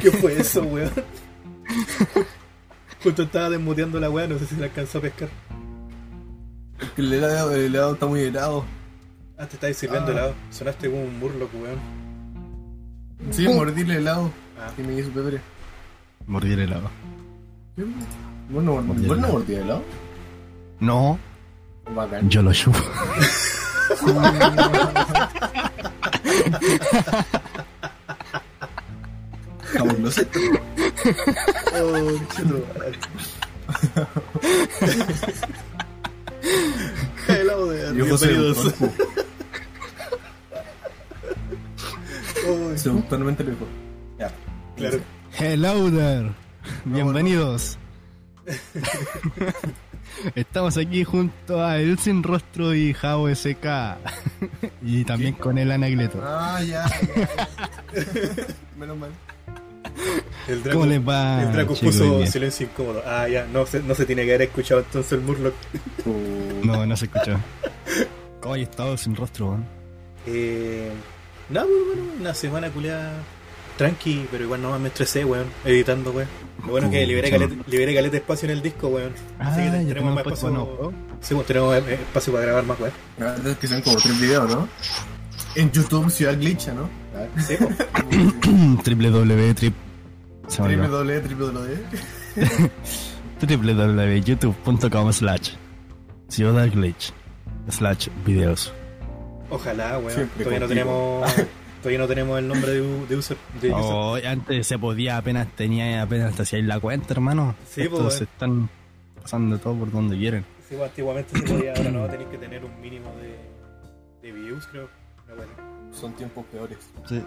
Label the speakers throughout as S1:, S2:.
S1: ¿Qué fue eso, weón? Justo estaba desmuteando la weá, no sé si la alcanzó a pescar.
S2: El helado, el helado está muy helado.
S1: Ah, te estáis sirviendo
S2: Ah.
S1: helado. Sonaste como un murloc, weón.
S2: Sí, mordí el helado.
S1: Ah.
S2: Y me hizo pebre.
S3: Mordí el helado.
S2: ¿Vos no, mordí
S3: el
S2: ¿vos no
S3: helado.
S2: mordí el helado?
S3: No,
S2: Bacán.
S3: yo lo chupo.
S2: Estamos los
S1: Oh, chulo. helado de
S2: Yo
S1: bienvenidos.
S2: José
S1: Oh,
S2: Seductoramente le dijo. Ya.
S1: claro.
S3: Hello there. Bienvenidos. Estamos aquí junto a El Sin Rostro y Jao SK. y también con el Anagleto.
S2: Ah, ya. ya. Menos mal.
S1: El Draco,
S3: ¿Cómo les va?
S1: el Draco
S3: chicos?
S1: puso
S3: Hoy día.
S1: silencio incómodo. Ah, ya, no se, no se tiene que haber escuchado entonces el murloc.
S3: No, no se escuchó. ¿Cómo he estado sin rostro, weón?
S1: Eh, nada, pues, bueno, una semana culiada tranqui, pero igual nomás me estresé, weón, editando, weón. Lo bueno es que
S3: Pucha.
S1: liberé caleta, liberé caleta de espacio en el disco, weón. Así que
S3: Ah,
S1: te- tenemos
S3: ya tenemos
S1: más espacio.
S3: espacio,
S1: Sí, pues, tenemos eh, espacio para grabar más, weón.
S2: La verdad es que son como tres videos, ¿no? En YouTube Ciudad Glitcha, ¿no?
S1: Sí, pues.
S3: www trip se me olvidó.
S2: Triple E, triple W.
S3: www.youtube.com slash Ciudad Glitch slash videos.
S1: Ojalá, weón.
S2: Siempre
S1: todavía no
S2: contigo.
S1: tenemos. Todavía no tenemos el nombre de, u- de user. De user.
S3: Oh, antes se podía, apenas tenía, apenas te hacíais la cuenta, hermano.
S1: Sí,
S3: Estos
S1: pues,
S3: se
S1: eh.
S3: están pasando todo por donde quieren.
S1: Sí, pues, antiguamente se podía, ahora no, tenéis que tener un mínimo de, de views, creo. No, bueno.
S2: Son tiempos peores.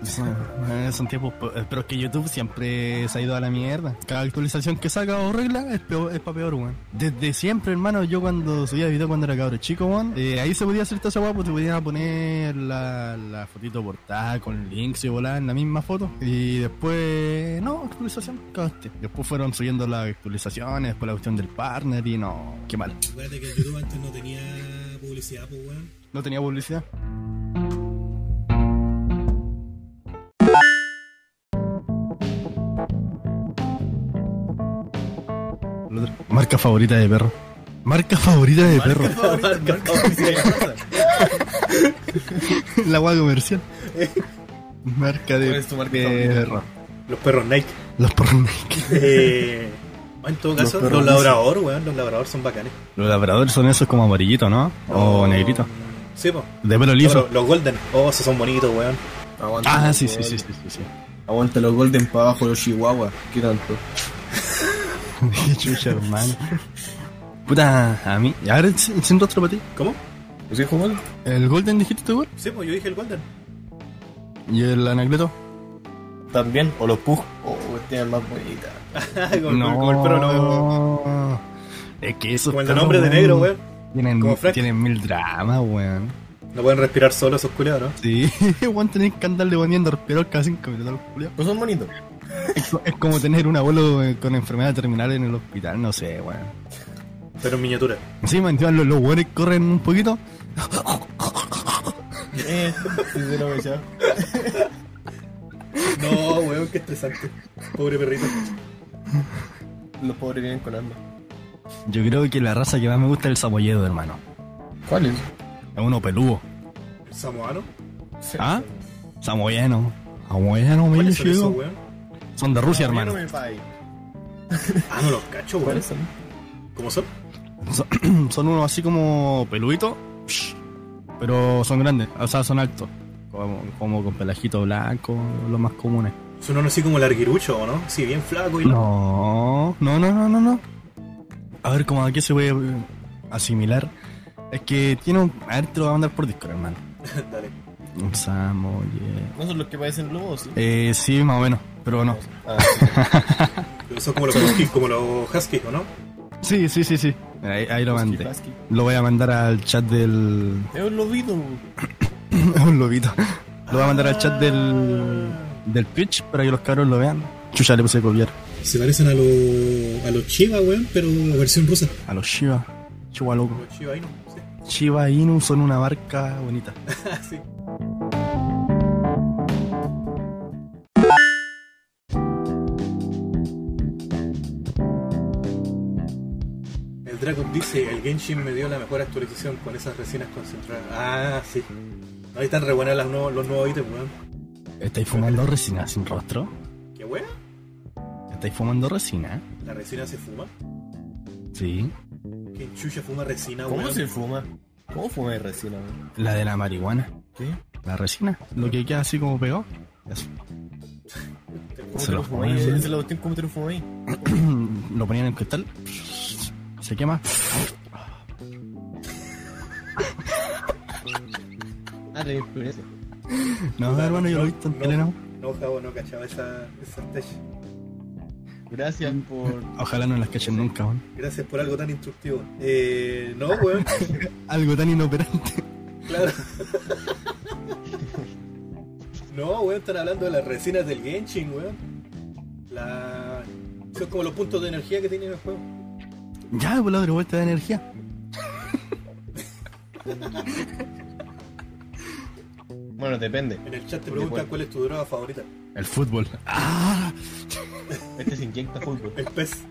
S3: Son, eh, son tiempos, po- eh, pero es que YouTube siempre se ha ido a la mierda. Cada actualización que saca o regla es, peor, es pa' peor, weón. Desde siempre, hermano, yo cuando subía video cuando era cabro chico, weón, eh, ahí se podía hacer todo esa guapo, te podían poner la, la fotito portada con links y volar en la misma foto. Y después, no, actualización, cagaste. Después fueron subiendo las actualizaciones, después la cuestión del partner y no, qué mal.
S1: Acuérdate que YouTube antes no tenía publicidad, pues, weón.
S3: No tenía publicidad. La otra. Marca favorita de perro. Marca favorita de perro. La guagua comercial. Marca de,
S2: ¿Cuál es tu marca
S3: de
S2: favorita?
S3: perro.
S1: Los perros Nike.
S3: Los perros Nike.
S1: Eh, en todo
S2: Los
S1: caso, los,
S2: perros dicen.
S1: labradores, weón, los labradores son bacanes.
S3: Los labradores son esos como amarillitos, ¿no? O
S2: Oh,
S1: Los-
S3: negritos.
S1: Sí, po.
S3: De pelo
S1: No,
S3: liso.
S1: los, los golden, oh, esos son bonitos, weón.
S3: Ah, sí, sí, sí, sí, sí, sí.
S2: Aguanta los Golden para abajo los Chihuahua. ¿Qué tanto?
S3: Qué chucha, hermano. Puta, a mí. ¿Y ahora sin sin rostro para ti?
S1: ¿Cómo?
S4: Pues
S2: ¿Los hijos mal?
S3: ¿El Golden dijiste tú, güey?
S1: Sí, pues yo dije el golden.
S3: ¿Y el anacleto?
S2: También. O los Pug. Oh, este es más bonita.
S1: con, con- con el perro no.
S3: Es que eso.
S1: Como el de nombre de negro, weón.
S3: Tienen,
S1: Como Frank.
S3: tienen mil dramas, weón.
S1: No pueden respirar solo esos culeados, ¿no?
S3: Sí, weón, tenés que andarle poniendo respirador cada cinco minutos al culiao.
S4: Pues
S2: No son bonitos.
S3: Es, co- es como tener un abuelo eh, con enfermedad terminal en el hospital, no sé, weón.
S1: Pero en miniatura.
S3: Encima, encima los, los weones corren un poquito.
S2: Eh, sí, se lo voy a echar.
S1: No, weón, qué estresante. Pobre perrito.
S2: Los pobres vienen con hambre.
S3: Yo creo que la raza que más me gusta es el samoyedo, hermano.
S2: ¿Cuáles?
S3: Es uno peludo.
S1: ¿El samoano?
S3: ¿Ah? Samoyeno. Samoyeno, me
S1: ¿Cuáles son esos,
S3: llegó.
S1: weón?
S3: Son de Rusia, hermano.
S1: Ah, no los cacho, weón.
S2: ¿Cuáles son?
S1: ¿Cómo son?
S3: Son, son unos así como peluditos, pero son grandes, o sea, son altos. Como, como con pelajito blanco, los más comunes.
S1: Son uno así como larguirucho, ¿o no? Sí, bien flaco y
S3: No, no, no, no, no, no. A ver, como a qué se puede eh, asimilar. Es que tiene un... A ver, te lo voy a mandar por Discord, hermano.
S1: Dale.
S3: Un Samoyed.
S4: ¿No son los que parecen lobos? Sí.
S3: Eh, sí, más o menos, pero no.
S4: Ah, sí.
S1: Son como los huskies, como los huskies, ¿o no?
S3: Sí, sí, sí, sí. Ahí, ahí lo
S4: Husky,
S3: mandé.
S4: husky. Eh,
S3: Lo voy a mandar al chat del.
S4: Es un lobito.
S3: un lobito. Lo voy a mandar al chat del. del Twitch para que los cabros lo vean. Chucha, le puse copiar.
S1: Se parecen a los a los Chiva, weón, pero versión rusa.
S3: A los Shiva. Chihuahua loco.
S1: Los Chiva ahí no. Sí.
S3: Shiva Inu son una barca bonita.
S1: Ah, sí. El Dragon dice, el Genshin me dio la mejor actualización con esas resinas concentradas. Ah, sí. Ahí están re buenas las nuevos- los nuevos ítems, weón.
S3: ¿Estáis fumando resina sin rostro?
S1: ¿Qué weón?
S3: ¿Estáis fumando resina?
S1: ¿La resina se fuma?
S3: Sí.
S1: ¿Quién chucha fuma resina, weón?
S4: ¿Cómo se fuma? ¿Cómo fuma de resina? weón?
S3: La de la marihuana.
S4: ¿Qué?
S3: La resina. Lo que queda así como pegado. Eso.
S4: ¿Cómo
S3: Se
S4: te
S3: lo
S4: lo fumáis?
S3: fuman.
S4: Esa es la cuestión, ¿cómo te lo fumáis?
S3: lo ponían en cristal. Se quema.
S4: Ah, la influencia.
S3: No,
S1: Puta,
S3: hermano,
S1: no,
S3: yo lo he visto en
S1: no.
S3: Telenor.
S1: No, Javo, no cachaba esa, esa talla.
S4: Gracias por.
S3: Ojalá no las cachen nunca, weón.
S1: Gracias por algo tan instructivo. Eh, no, weón.
S3: Algo tan inoperante.
S1: Claro. no, weón, están hablando de las resinas del Genshin, weón. La... Son como los puntos de energía que tiene el juego.
S3: Ya, por la otra vuelta de energía.
S4: Bueno, depende.
S1: En el chat te
S4: Porque
S1: preguntan
S4: puede.
S1: cuál es tu droga favorita.
S3: El fútbol. ¡Ah!
S4: Este se inyecta fútbol.
S1: El pez.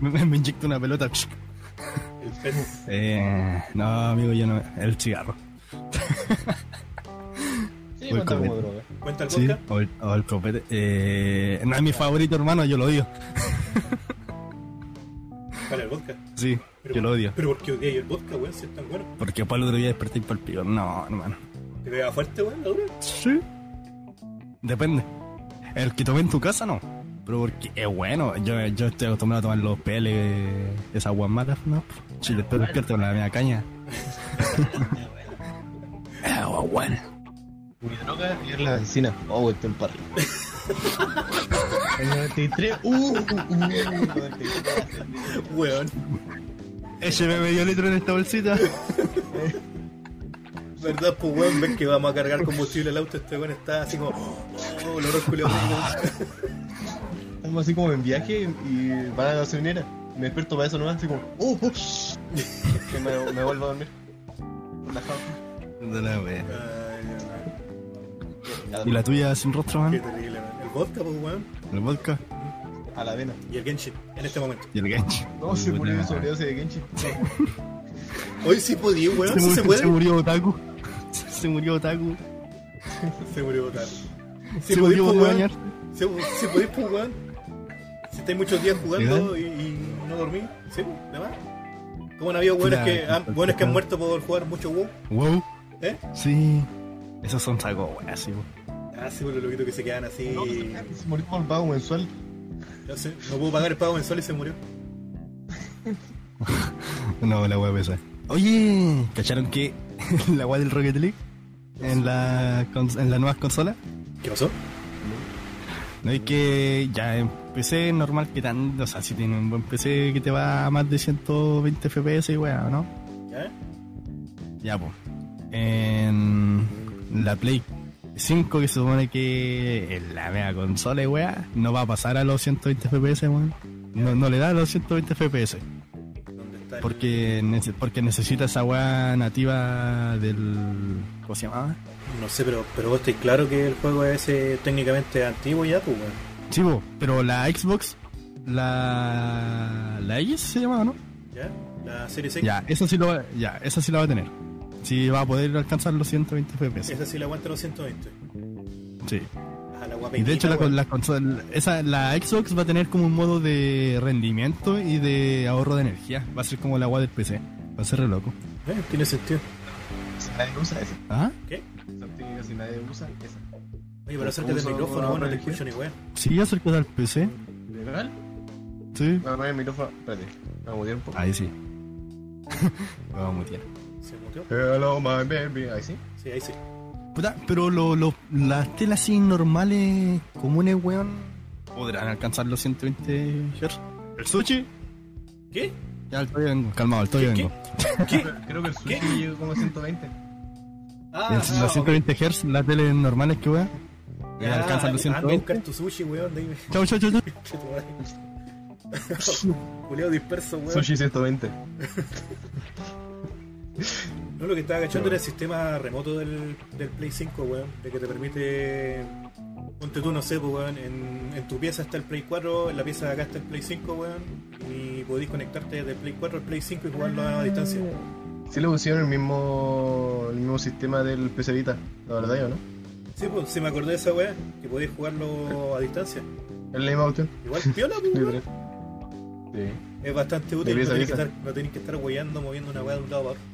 S3: Me, me inyecto una pelota.
S1: El pez.
S3: Eh, no, amigo, yo no. El cigarro.
S4: Sí,
S3: Voy
S4: cuenta como
S3: con-
S4: droga.
S1: ¿Cuenta el
S3: Sí,
S1: vodka?
S3: o el, o el copete. Eh, no es mi favorito, hermano, yo lo odio.
S1: Vale, el vodka.
S3: Sí, yo lo odio.
S1: Pero porque odiáis el vodka, weón, si es tan bueno.
S3: Porque después el otro día desperté y palpito. No, hermano.
S1: ¿Te pega fuerte, weón, la dura?
S3: Sí. Depende. El que tomé en tu casa, no. Pero porque es bueno. Yo, yo estoy acostumbrado a tomar los PL, esas guamatas, ¿no? Si después despierto con la media caña. Es agua buena.
S4: Mi droga es la vecina. Oh, güey, estoy en parla. El 93. Uh, uh, uh, 93.
S1: Weón.
S3: Écheme medio litro en esta bolsita.
S1: ¿Verdad, pues, weón? Ves que vamos a cargar combustible al auto. Este weón está así como. Oh, olor a culiao.
S4: Estamos así como en viaje y van a la gasolinera. Me despierto para eso nomás, así como. ¡Uh! uh. que me, me vuelvo a dormir. Relajado.
S3: De la wea.
S1: Ay, Dios mío.
S3: ¿Y la tuya sin rostro,
S1: Qué
S3: man?
S1: terrible, weón. El vodka, pues, weón.
S3: El vodka
S4: A la vena.
S1: Y el Genshin, en este momento.
S3: y el gancho.
S4: No, se murió de sobredosis de Genshin.
S1: Hoy sí podía,
S3: Se
S1: weón.
S3: murió,
S1: Sí se puede.
S3: se murió Otaku. Se murió Otaku.
S1: Se murió votar. Si
S3: Se murió
S1: podéis,
S3: por
S1: pues,
S3: bañar.
S1: weón. Si, si podéis, pues, weón. Si estáis muchos días jugando y, y no dormís, sí, pues, de más. Como no había weones
S3: Claro,
S1: que, han-
S3: perfecto.
S1: weones que han muerto por jugar mucho WoW,
S3: Wow.
S1: ¿eh?
S3: Sí. Esos son sacos, weón, así, weón.
S1: Ah, sí, pues los loquitos que se quedan así.
S4: No, se murió por pago mensual.
S1: No sé, no pudo pagar el pago mensual y se murió.
S3: No, la wea pesa. Oye, ¿cacharon que la wea del Rocket League? En la cons- en las nuevas consolas.
S1: ¿Qué pasó?
S3: No es que ya en PC normal que tan, o sea, si tiene un buen PC que te va a más de 120 FPS y wea, ¿no?
S1: ¿Ya?
S3: Ya pues. En la Play 5 que se supone que es la mega consola y wea, no va a pasar a los 120 FPS, weón. No, no le da a los 120 FPS.
S1: ¿Dónde está el-
S3: Porque, nece- porque necesita esa weá nativa del. ¿Cómo se llamaba?
S1: No sé, pero, pero vos estáis claro que el juego es eh, técnicamente antiguo ya, pues, weón.
S3: Sí, po, pero la Xbox. La. La X se llamaba, ¿no?
S1: ¿Ya? La serie 6.
S3: Ya, esa sí, lo va, ya, esa sí la va a tener. Sí, va a poder alcanzar los 120 FPS.
S1: Esa sí la aguanta los 120.
S3: Sí.
S1: Ah, la guapetita,
S3: Y de hecho, la,
S1: weón.
S3: la consola. Esa, la Xbox va a tener como un modo de rendimiento y de ahorro de energía. Va a ser como la agua del PC. Va a ser re loco.
S1: Eh, tiene sentido.
S4: Si nadie usa esa.
S3: ¿Ah?
S4: Esa técnica, si nadie usa esa.
S1: Oye, pero acércate del
S4: Uso
S1: micrófono,
S4: una
S1: bueno, no te
S4: religión.
S1: escucho ni weón.
S3: Sí, acercado al PC.
S4: ¿Legal?
S3: Sí.
S4: Voy a poner el micrófono. Espérate. Me voy a mutear un poco.
S3: Ahí sí. Lo vamos a mutear.
S1: ¿Se muteó?
S4: Hello, my baby. Ahí sí.
S1: Sí, ahí sí.
S3: Puta, pero lo- lo- las telas así normales, comunes, weón, podrán alcanzar los 120 Hz. ¿El sushi?
S1: ¿Qué?
S3: Ya, al toque vengo, calmado, al toque
S1: ¿Qué?
S3: vengo.
S1: ¿Qué?
S4: Creo que el sushi
S1: ¿Qué?
S4: llega como a 120.
S1: Ah,
S3: Las
S1: ah,
S3: las 120 Hz, las teles normales que weón,
S1: ok.
S3: ya, alcanzan los
S1: Ah, anda a
S3: 120.
S1: buscar tu sushi, weón. Dime.
S3: Chau, chau, chau, chau.
S1: Julio disperso, weón.
S4: Sushi 120.
S1: No, lo que estaba agachando era el sistema remoto del, del Play 5, weón. De que te permite. Ponte tú, no sé, pues, weón. En, en tu pieza está el Play 4, en la pieza de acá está el Play 5, weón. Y podéis conectarte desde el Play 4 al Play 5 y jugarlo a distancia.
S4: Sí le pusieron el mismo, el mismo sistema del PC Vita, la verdad yo, ¿no?
S1: Sí, pues, se me acordé de esa weá, que podéis jugarlo a distancia.
S4: Es la misma opción.
S1: Igual piola, pues, weón.
S4: Sí.
S1: Es bastante útil,
S4: De pieza
S1: no
S4: a
S1: tenéis que
S4: pieza.
S1: estar, no tenéis que estar weyando, moviendo una weá de un lado para otro.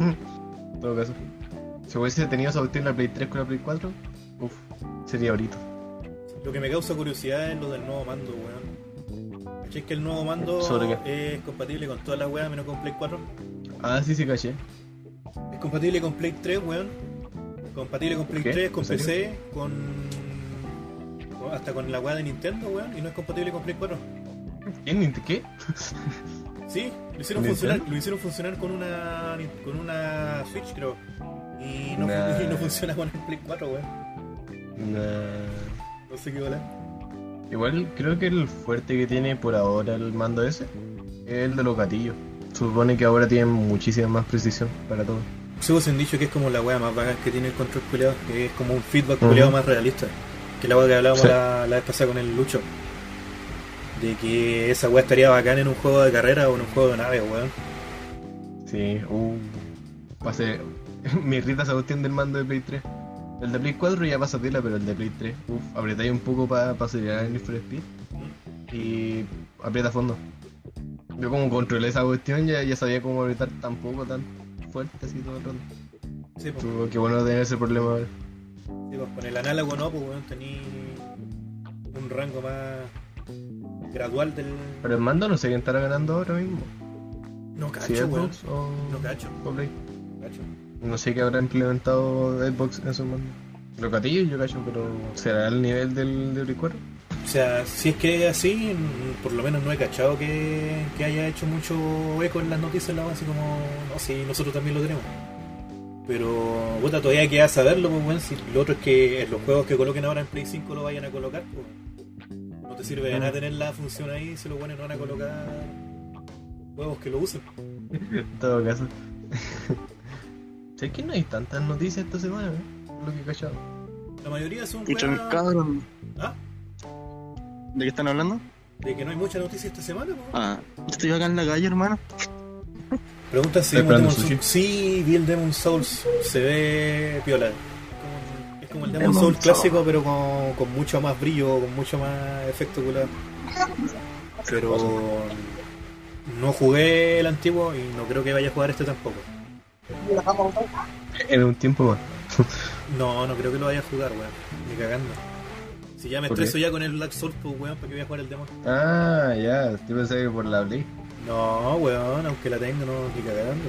S4: En todo caso. Si hubiese tenido esa opción en la Play 3 con la Play 4, uff, sería ahorita.
S1: Lo que me causa curiosidad es lo del nuevo mando, weón. ¿Cachai que el nuevo mando
S4: ¿Sobre
S1: es compatible con todas las weas menos con Play 4?
S4: Ah, sí, sí, caché.
S1: Es compatible con Play 3, weón. Compatible con Play
S4: ¿Qué?
S1: 3, con
S4: ¿En serio?
S1: PC, con. con- hasta con la weá de Nintendo, weón. Y no es compatible con Play 4.
S4: ¿Qué? Nint- ¿Qué?
S1: Sí, lo hicieron
S4: ¿Nintendo?
S1: funcionar, lo hicieron funcionar con una. con una Switch, creo. Y no, fun-
S4: Nah.
S1: y no funciona con el Play 4, weón.
S4: Nah.
S1: No sé qué bola.
S4: Igual creo que el fuerte que tiene por ahora el mando ese es el de los gatillos. Supone que ahora tienen muchísima más precisión para todo.
S1: Según se han dicho que es como la weá más bacán que tiene el control culeado, que es como un feedback
S4: Ujú.
S1: culeado más realista. Que la weá que hablábamos
S4: Sí.
S1: la, la vez pasada con el Lucho. De que esa weá estaría bacán en un juego de carrera o en un juego de nave, weón.
S4: Sí, uh. Pase. Me irrita esa cuestión del mando de Play 3. El de Play 4 ya pasa tela, pero el de Play 3, uff, apretáis un poco para acelerar el Need for Speed y aprieta a fondo. Yo como controlé esa cuestión ya, ya sabía cómo apretar tampoco tan fuerte así todo el rato.
S1: Sí, pues.
S4: Tú, Qué bueno tener ese problema ahora.
S1: Sí, pues, con el análogo no, pues bueno, tení un rango más gradual del.
S4: Pero el mando no sé quién estará ganando ahora mismo.
S1: No
S4: Si
S1: cacho, weón.
S4: Xbox o...
S1: No cacho,
S4: o Play.
S1: cacho.
S4: No sé qué habrá implementado Xbox en su mando. Los gatillos yo cacho, pero será el nivel del de Play 4?
S1: O sea, si es que es así, mm, por lo menos no he cachado que, que haya hecho mucho eco en las noticias, la así como, no, sí, nosotros también lo tenemos. Pero, puta, todavía queda saberlo, pues, bueno, si lo otro es que en los juegos que coloquen ahora en Play 5 lo vayan a colocar, pues, no te sirve de nada tener la función ahí si los buenos no van a colocar juegos que lo usen.
S4: En todo caso. sé que no hay tantas noticias esta semana, ¿eh? Por Lo que he cachado.
S1: La mayoría son
S3: Escuchan,
S1: weas-
S3: cabrón.
S1: ¿Ah?
S3: ¿De qué están hablando?
S1: de que no hay mucha noticia esta semana. pues. po.
S3: Ah, estoy acá en la calle, hermano.
S1: Pregunta si
S4: ¿Estás
S1: vimos
S4: esperando
S1: Demon's
S4: sushi?
S1: Souls. Sí, vi el Demon Souls. Se ve piola. Como- Es como el Demon Souls clásico, pero con, con mucho más brillo, con mucho más efecto culo. Pero no jugué el antiguo y no creo que vaya a jugar este tampoco.
S4: En un tiempo más.
S1: No, no creo que lo vaya a jugar, weón. Ni cagando. Si ya me
S4: ¿Por qué?
S1: estreso ya con el Black Souls, pues weón, ¿para qué voy a jugar el Demon?
S4: Ah, ya. Yo pensaba que por la Play.
S1: No, weón, aunque la tenga, no, ni cagando.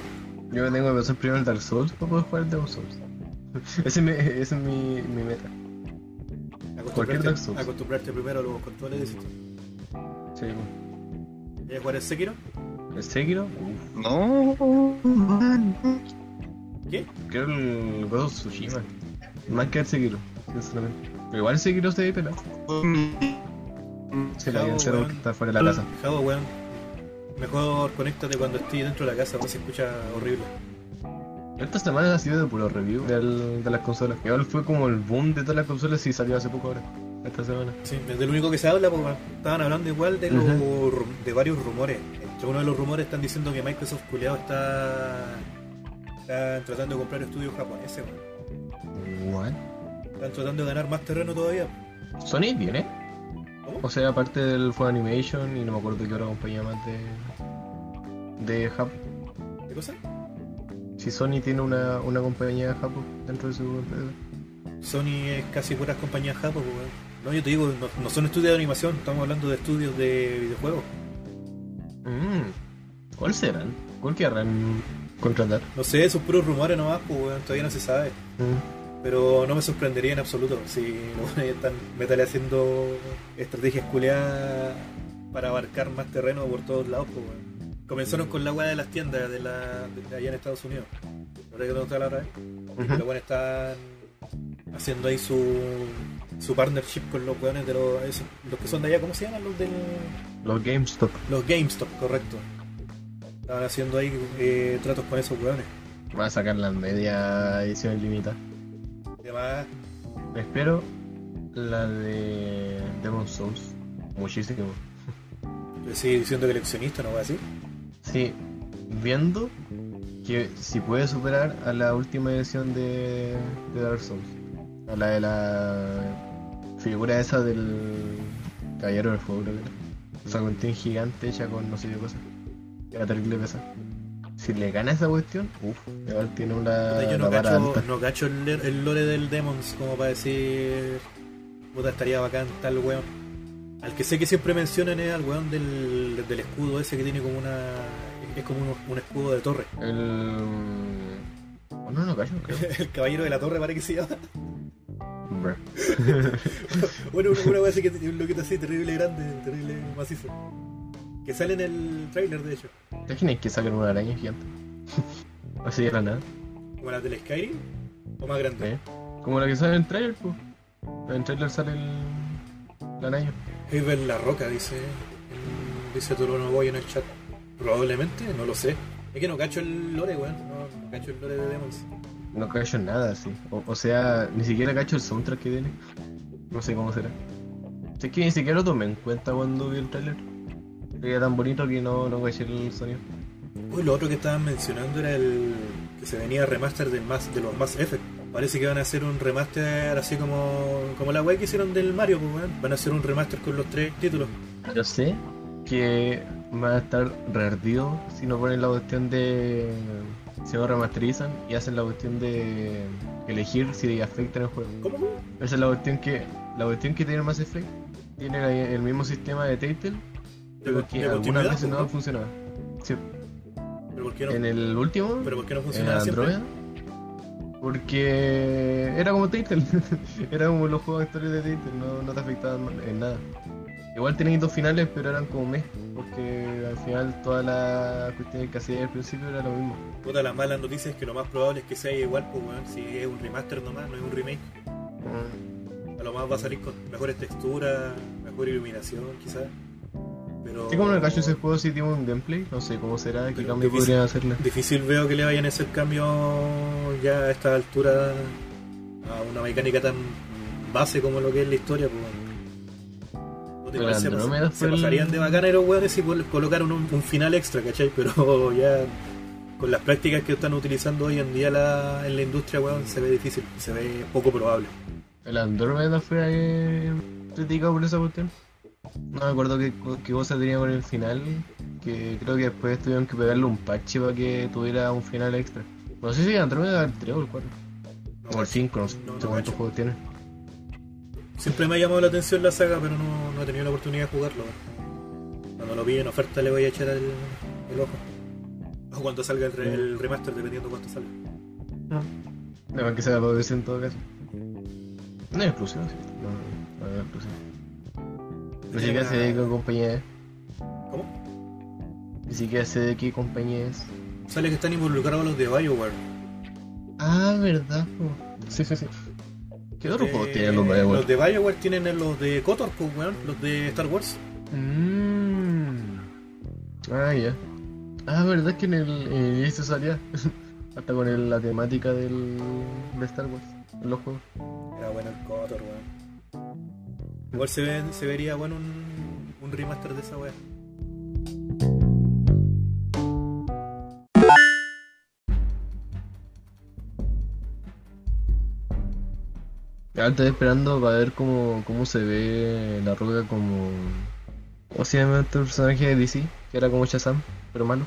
S4: Yo tengo que pensar primero en el Dark Souls para poder jugar el Demon Souls. Ese es mi, ese es mi, mi meta. Cualquier Dark Souls.
S1: Acostumbrarte, acostumbrarte primero a los controles de
S4: Sí, bueno.
S1: ¿Quieres jugar el Sekiro?
S4: el Sekiro, uf,
S3: No, man.
S1: ¿Qué?
S4: creo el Ghost of Tsushima. Más que el Sekiro, sinceramente. Pero igual el Sekiro se ve pelado. Se la
S1: Claro,
S4: vi entero
S1: weón.
S4: porque está fuera de la casa.
S1: Javo, Mm. weón. Mejor conéctate cuando estés dentro de la casa, porque se escucha horrible.
S4: Esta semana ha sido de puro review del- de las consolas. Igual fue como el boom de todas las consolas y salió hace poco ahora. Esta semana.
S1: Sí, es del único que se habla, porque estaban hablando igual de, los, de varios rumores. Entre uno de los rumores están diciendo que Microsoft culeado está, está tratando de comprar estudios japoneses, weón.
S4: What?
S1: Están tratando de ganar más terreno todavía.
S4: Sony viene.
S1: ¿Cómo?
S4: O sea, aparte del fue Animation y no me acuerdo qué otra compañía más de. de Japón.
S1: ¿Qué cosa?
S4: Si Sony tiene una, una compañía de Japón dentro de su empresa.
S1: Sony es casi puras compañías japonesas, No, yo te digo, no, no son estudios de animación, estamos hablando de estudios de videojuegos.
S4: Mm, ¿Cuál serán? ¿Cuál querrán contratar?
S1: No sé, esos puros rumores nomás, pues, weón, todavía no se sabe.
S4: Mm.
S1: Pero no me sorprendería en absoluto si los buenos están metales haciendo estrategias culeadas para abarcar más terreno por todos lados. pues, weón. Comenzaron con la weá de las tiendas de, la, de allá en Estados Unidos. ¿No que te contaba la otra vez? Que
S4: Ujú.
S1: los buenos están haciendo ahí su, su partnership con los weones de los, esos- los que son de allá. ¿Cómo se llaman los del.?
S4: Los GameStop.
S1: Los GameStop, correcto. Estaban haciendo ahí eh, tratos con esos weones.
S4: Van a sacar la media edición limitada.
S1: Además,
S4: Espero la de Demon Souls. Muchísimo.
S1: yo sigo siendo coleccionista, no voy a decir.
S4: Sí, viendo que si puede superar a la última edición de, de Dark Souls. A la de la figura esa del Caballero del Fuego, creo que era. O sea, con tin gigante hecha con no sé qué cosa. Era terrible pesar. Si le gana esa cuestión, uff, igual tiene una,
S1: Puta, yo
S4: una
S1: no
S4: Ah, vara
S1: cacho,
S4: alta.
S1: no cacho el, el lore del Demons como para decir. Puta, estaría bacán tal weón. Al que sé que siempre mencionan es al weón del, del escudo ese que tiene como una. Es como un, un escudo de torre.
S4: El... oh, no, no cacho, creo.
S1: El caballero de la torre, parece que se llama.
S4: Bruh.
S1: Bueno, una, una weá así que tiene un loquito así terrible grande, terrible macizo. Que sale en el trailer, de hecho.
S4: ¿Te imaginas que saquen una araña gigante? Así de la nada.
S1: Como las del Skyrim, o más grande.
S4: ¿Eh? Como la que sale en el trailer, pues. En el trailer sale el. el araña.
S1: Ever La Roca, dice. Dice Turono Boy en el chat. Probablemente, no lo sé. Es que no cacho el lore, weón. No, no cacho el lore de Demons.
S4: No cacho en nada así. O, o sea, ni siquiera cacho el soundtrack que tiene. No sé cómo será. Es que ni siquiera lo tomé en cuenta cuando vi el trailer. Era tan bonito que no, no caché el sonido.
S1: Uy, lo otro que estaban mencionando era el que se venía remaster del más, de los más F. Parece que van a hacer un remaster así como, como la weá que hicieron del Mario, pues, weón. Van a hacer un remaster con los tres títulos.
S4: Yo sé que va a estar reardido si no ponen la cuestión de. Si no remasterizan y hacen la cuestión de elegir si afectan el juego.
S1: ¿Cómo, weón?
S4: Esa es la cuestión que. La cuestión que tiene Mass Effect tiene la- el mismo sistema de Telltale, pero que algunas veces
S1: pues,
S4: no
S1: weón.
S4: funcionaba. Sí,
S1: ¿Pero por qué
S4: en
S1: no,
S4: el último,
S1: pero por qué no
S4: en
S1: funcionaba siempre?
S4: Android, porque era como Telltale, era como los juegos actuales de Telltale, no, no te afectaban en nada. Igual tenían dos finales, pero eran como mes, porque al final toda la cuestión que hacía al principio era lo mismo.
S1: Puta, las malas noticias es que lo más probable es que sea igual, pues, weón. Si es un remaster nomás, no es un remake. Ah. A lo más va a salir con mejores texturas, mejor iluminación, quizás. Pero.
S4: Sí, como en el caso de ese juego, sí tiene un gameplay, no sé cómo será, qué
S1: Pero
S4: cambio
S1: difícil.
S4: podrían hacerle.
S1: Difícil veo que le vayan a hacer cambio ya a esta altura a una mecánica tan base como lo que es la historia, pues. weón. Puta,
S4: Pero
S1: igual se, pas-
S4: Andrómeda
S1: se
S4: fue el-
S1: pasarían de bacana los weones si col- colocaron un, un final extra, ¿cachai? Pero ya con las prácticas que están utilizando hoy en día la- en la industria, weón, se ve difícil, se ve poco probable.
S4: El Andrómeda fue eh, criticado por esa cuestión. No me acuerdo qué, co- qué cosa tenía con el final, que creo que después tuvieron que pegarle un parche para que tuviera un final extra. No sé si Andrómeda era el 3 o el 4, o el 5, no sé
S1: No, no cacho.
S4: cuántos juegos tiene.
S1: Siempre me ha llamado la atención la saga, pero no, no he tenido la oportunidad de jugarlo. weón. Cuando lo vi en oferta le voy a echar el, el ojo. O cuando salga el, re- el remaster, dependiendo cuánto salga.
S4: Además que sea para PC en todo caso. No es exclusivo, sí. No, no es exclusivo. Ni siquiera sé de qué compañía es.
S1: ¿Cómo?
S4: Ni siquiera sé de qué compañía es.
S1: Sale que están involucrados los de Bioware.
S4: Ah, verdad. po. Sí, sí, sí. ¿Qué otro juego
S1: Eh,
S4: tienen los de
S1: Los de Bioware tienen el- los de Kotor, pues, weón, los de Star Wars.
S4: Mmm. Ah, ya. Ah, verdad que en el en el inicio salía. Hasta con el- la temática del de Star Wars en los juegos.
S1: Era bueno el Kotor, weón. Igual se, ve, se vería bueno un, un remaster de esa weá.
S4: Ya Ah, estoy esperando para ver cómo, cómo se ve la roca como. ¿Cómo se llama este personaje de DC? Que era como Shazam, pero malo.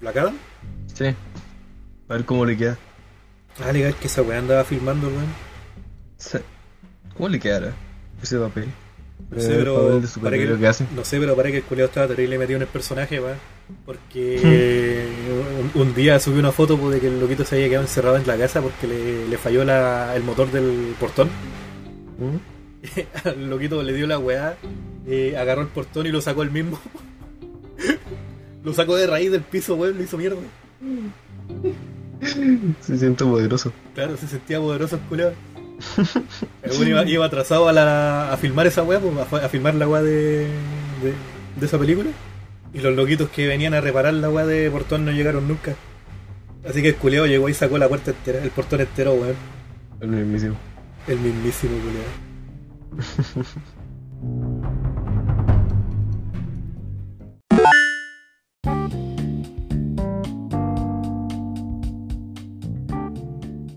S1: ¿Black Adam?
S4: Sí. A ver cómo le queda.
S1: Ah, legal, que esa weá andaba filmando, weón.
S4: Sí. ¿Cómo le quedará? Ese papel.
S1: No sé,
S4: Eh,
S1: pero
S4: papel de
S1: para que-
S4: superhéroe que hace.
S1: No sé, pero parece que el culiao estaba terrible metido en el personaje, weón. Porque un- un día subí una foto pues, de que el loquito se había quedado encerrado en la casa porque le, le falló la- el motor del portón.
S4: Uh,
S1: Al loquito le dio la weá, eh, agarró el portón y lo sacó él mismo. lo sacó de raíz del piso, weón, lo hizo mierda.
S4: Se siente poderoso.
S1: Claro, se sentía poderoso el culiao. El weón iba, iba atrasado a, la, a filmar esa weá, pues, a, fa- a filmar la weá de, de, de esa película. Y los loquitos que venían a reparar la weá de portón no llegaron nunca. Así que el culeo llegó y sacó la puerta entera, el portón entero, weón.
S4: El mismísimo.
S1: El mismísimo culeo.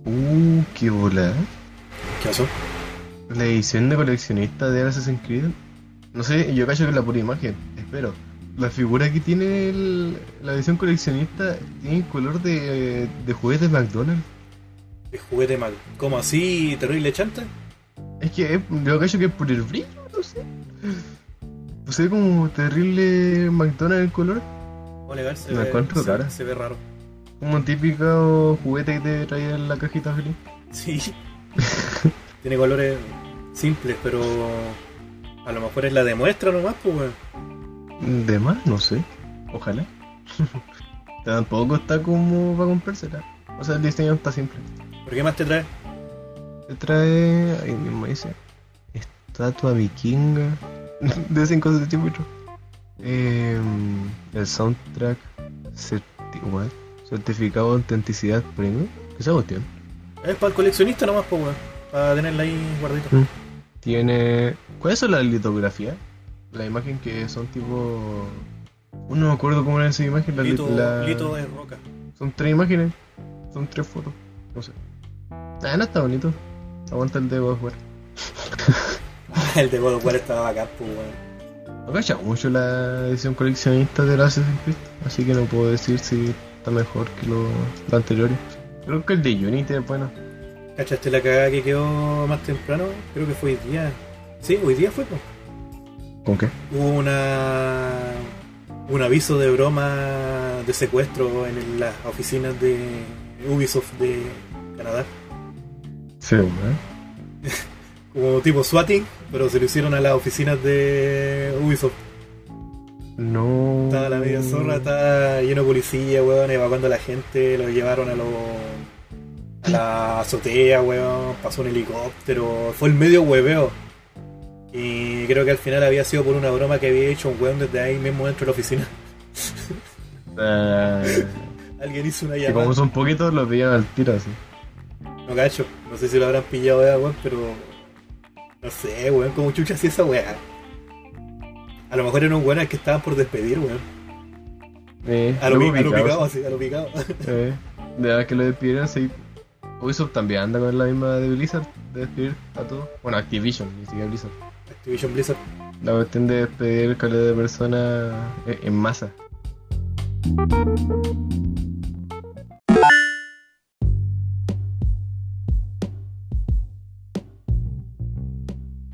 S4: Uh, qué bola.
S1: ¿Qué pasó?
S4: La edición de coleccionista de Assassin's Creed. No sé, yo cacho que es la pura imagen, espero. La figura que tiene el- la edición coleccionista tiene color de, de juguete de McDonald's.
S1: De juguete mal. ¿Cómo así? ¿Terrible chanta?
S4: Es que es- yo cacho que es por el brillo, no sé. Pues se ve como terrible McDonald's el color.
S1: Vale, a ver, se,
S4: La
S1: ve,
S4: encuentro
S1: se-
S4: cara.
S1: se ve raro.
S4: Como un típico juguete que te traía en la cajita feliz.
S1: Sí. Tiene colores simples, pero a lo mejor es la demuestra nomás, pues, weón.
S4: De más, no sé. Ojalá. Tampoco está como para comprársela. O sea, el diseño está simple.
S1: ¿Por qué más te trae?
S4: Te trae. Ahí mismo dice. Estatua vikinga. De 5 centímetros. Em, el soundtrack. certi- what? Certificado de autenticidad premium. ¿Qué esa cuestión?
S1: Es para el coleccionista nomás, pues, weón. Para tenerla ahí guardito.
S4: Mm. Tiene. ¿Cuáles son las litografías? La imagen que son tipo. Uno no me acuerdo cómo era esa imagen. La,
S1: Lito,
S4: la-
S1: Lito es roca.
S4: Son tres imágenes, son tres fotos, no sé. Ah, no está bonito. Aguanta el dedo afuera.
S1: el de God of War estaba bacán, pues, weón.
S4: No cacha mucho la edición coleccionista de Assassin's Creed, así que no puedo decir si está mejor que los los anteriores. Creo que el de Unity es bueno.
S1: ¿Cachaste la cagada que quedó más temprano? Creo que fue hoy día. Sí, hoy día fue, pues.
S4: ¿Con qué?
S1: Hubo una un aviso de broma de secuestro en el- las oficinas de Ubisoft de Canadá.
S4: Sí, ¿eh?
S1: Como tipo swatting, pero se lo hicieron a las oficinas de Ubisoft.
S4: No.
S1: Estaba la media zorra, estaba lleno de policía, weón, evacuando a la gente, lo llevaron a los a la azotea, weón, pasó un helicóptero, fue el medio hueveo. Y creo que al final había sido por una broma que había hecho un weón desde ahí mismo dentro de la oficina.
S4: Ah,
S1: Alguien hizo una
S4: que
S1: llamada.
S4: como son poquitos, los veían al tiro así.
S1: No cacho, no sé si lo habrán pillado ya, weón, pero. No sé, weón, como chucha así esa weá. A lo mejor era un weón al que estaban por despedir, weón.
S4: Eh,
S1: A lo,
S4: luego
S1: pi- a lo
S4: picados.
S1: picado, así, a lo picado.
S4: Eh, de verdad que lo despidieron, sí. Ubisoft también anda con la misma de Blizzard, de despedir a todos. Bueno, Activision, ni siquiera Blizzard.
S1: Activision Blizzard.
S4: La cuestión de despedir calidad de personas eh, en masa.